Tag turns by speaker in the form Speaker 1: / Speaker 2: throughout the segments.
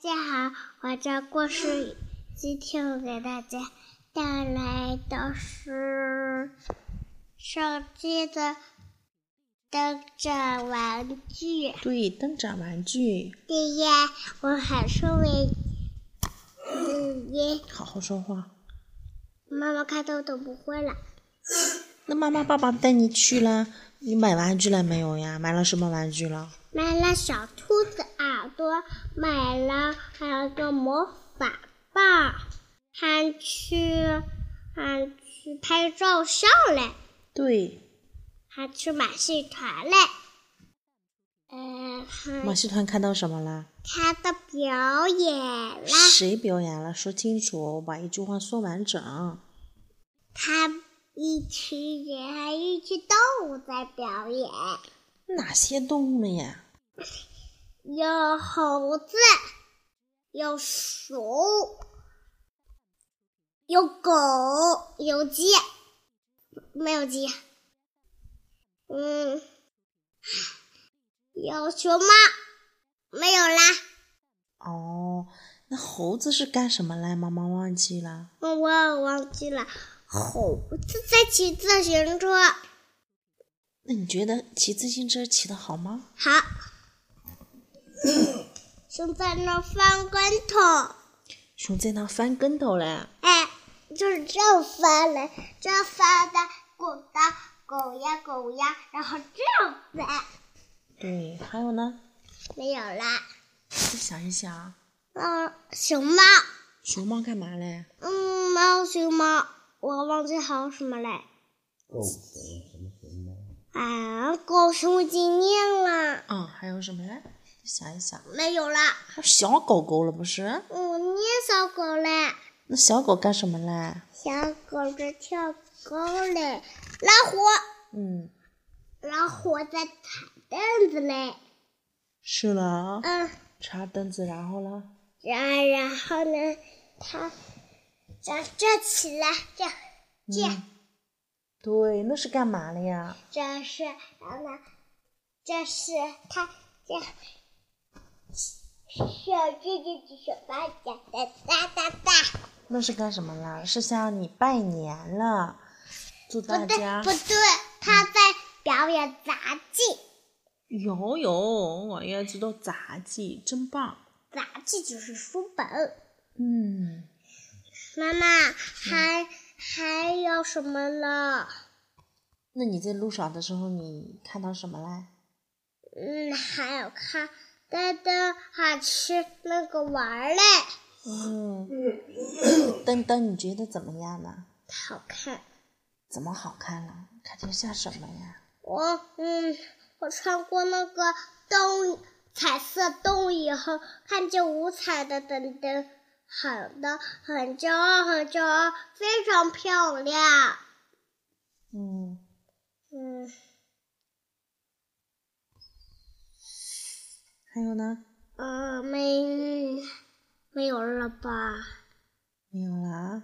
Speaker 1: 家好，我叫郭诗雨，今天我给大家带来的是手机的灯展玩具。
Speaker 2: 对，灯展玩具，
Speaker 1: 对呀，我喊说为嗯耶，
Speaker 2: 好好说话。
Speaker 1: 妈妈看到都不会了。
Speaker 2: 那妈妈、爸爸带你去啦？你买玩具了没有呀？买了什么玩具了？
Speaker 1: 买了小兔子耳朵，买了还有一个魔法棒，还去还去拍照相嘞，
Speaker 2: 对，
Speaker 1: 还去马戏团嘞，呃，
Speaker 2: 马
Speaker 1: 还
Speaker 2: 戏团看到什么啦？
Speaker 1: 看到表演啦，
Speaker 2: 谁表演了？说清楚，把一句话说完整。
Speaker 1: 他一群人还一群动物在表演，
Speaker 2: 哪些动物呀？
Speaker 1: 有猴子，有鼠，有狗，有鸡，没有鸡。嗯，有熊猫，没有啦。
Speaker 2: 哦，那猴子是干什么来？妈妈忘记了。
Speaker 1: 嗯我也忘记了，猴子在骑自行车。
Speaker 2: 那你觉得骑自行车骑得好吗？
Speaker 1: 好，熊在那翻跟头。
Speaker 2: 熊在那翻跟头嘞。
Speaker 1: 哎，就是这样翻来，这样翻的滚的狗呀狗呀，然后这样翻，
Speaker 2: 对，还有呢？
Speaker 1: 没有啦。
Speaker 2: 再想一想，
Speaker 1: 嗯，熊猫，
Speaker 2: 熊猫干嘛嘞？
Speaker 1: 嗯，猫熊猫，我忘记还有什么嘞。啊，狗熊经验啦，
Speaker 2: 啊、还有什么嘞？再想一想，
Speaker 1: 没有啦。
Speaker 2: 还有小狗狗了不是？
Speaker 1: 我嗯捏小狗嘞，
Speaker 2: 那小狗干什么嘞？
Speaker 1: 小狗在跳高嘞，老虎，
Speaker 2: 嗯，
Speaker 1: 老虎在踩凳子嘞，
Speaker 2: 是了，
Speaker 1: 嗯。
Speaker 2: 插凳子，然后呢？
Speaker 1: 然然后呢，它这这起来，这这
Speaker 2: 嗯对，那是干嘛了呀？
Speaker 1: 这是，然后呢，这是它这小鸡鸡鸡手把脚的哒哒哒，
Speaker 2: 那是干什么啦？是向你拜年了，祝大
Speaker 1: 不对
Speaker 2: 家
Speaker 1: 不对，它在表演杂技，
Speaker 2: 有有，我也知道杂技，真棒。
Speaker 1: 杂技就是书本。
Speaker 2: 嗯，
Speaker 1: 妈妈还、还有什么呢？
Speaker 2: 那你在路上的时候，你看到什么嘞？
Speaker 1: 嗯，还有看呆呆还吃那个玩儿嘞，
Speaker 2: 嗯，灯灯，你觉得怎么样呢？
Speaker 1: 好看。
Speaker 2: 怎么好看了？看见像什么呀？
Speaker 1: 我嗯，我穿过那个洞彩色洞以后，看见五彩的灯灯，好的，很骄傲，很骄傲，非常漂亮。
Speaker 2: 嗯，
Speaker 1: 嗯，
Speaker 2: 还有呢？
Speaker 1: 呃，没没有了吧？
Speaker 2: 没有了啊，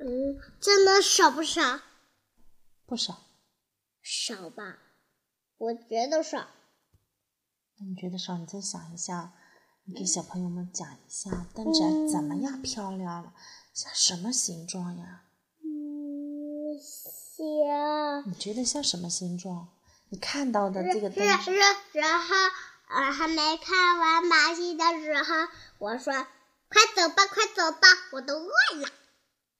Speaker 1: 嗯，真的少不少？
Speaker 2: 不少。
Speaker 1: 少吧，我觉得少。
Speaker 2: 那你觉得少？你再想一下，你给小朋友们讲一下灯展怎么样漂亮了，像什么形状呀？
Speaker 1: 嗯，行。
Speaker 2: 你觉得像什么形状？你看到的这 个灯
Speaker 1: 是是，然后呃还没看完马戏的时候，我说快走吧，快走吧，我都饿了。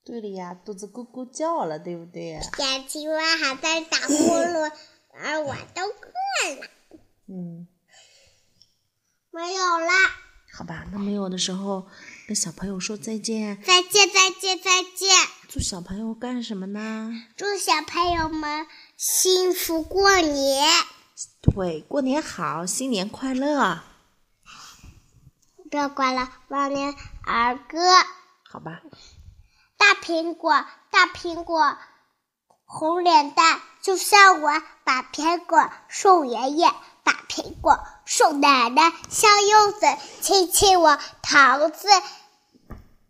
Speaker 2: 对了呀，肚子咕咕叫了，对不对？
Speaker 1: 小青蛙还在打呼噜，而我都饿了，
Speaker 2: 嗯，
Speaker 1: 没有啦，
Speaker 2: 好吧，那没有的时候跟小朋友说再见，
Speaker 1: 再见再见再见，
Speaker 2: 祝小朋友干什么呢？
Speaker 1: 祝小朋友们幸福过年，
Speaker 2: 对，过年好，新年快乐，
Speaker 1: 不要关了，忘年儿歌，
Speaker 2: 好吧？
Speaker 1: 大苹果大苹果，红脸蛋，就像我把苹果送爷爷，把苹果送奶奶，像柚子亲亲我桃子，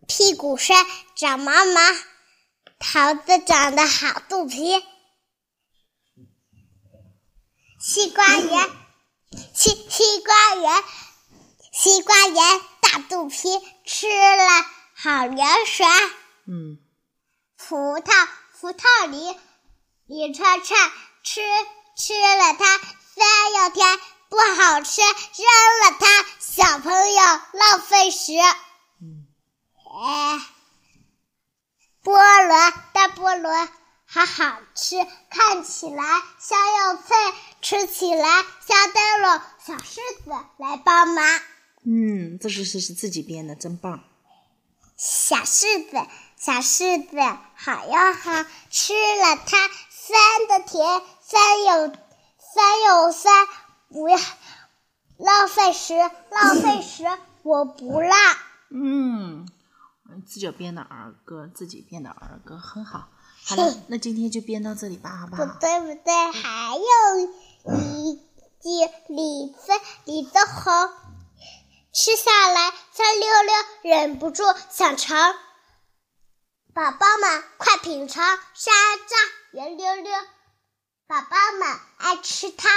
Speaker 1: 屁股上长毛毛，桃子长得好肚皮，西瓜园，西西瓜园，西瓜园大大肚皮吃了好凉爽。
Speaker 2: 嗯，
Speaker 1: 葡萄，葡萄梨，李串串吃吃了它三又甜，不好吃扔了它，小朋友浪费食。
Speaker 2: 嗯，
Speaker 1: 哎，菠萝，大菠萝好好吃，看起来香又脆，吃起来香灯笼。小狮子来帮忙。
Speaker 2: 嗯，这是是是自己编的，真棒。
Speaker 1: 小柿子，小柿子，好呀好，吃了它酸的甜，酸有酸有酸，不要浪费食，浪费食，我不浪。
Speaker 2: 嗯，自己编的儿歌，自己编的儿歌很好。好了，那今天就编到这里吧，好不
Speaker 1: 不
Speaker 2: 好？
Speaker 1: 对不对，还有一句李子，李子红吃下来酸溜溜，忍不住想尝。宝宝们快品尝山楂圆溜溜，宝宝们爱吃它，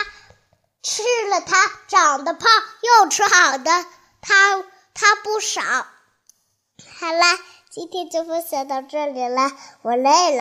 Speaker 1: 吃了它长得胖，又吃好的它它不少。好啦，今天就分享到这里了，我累了。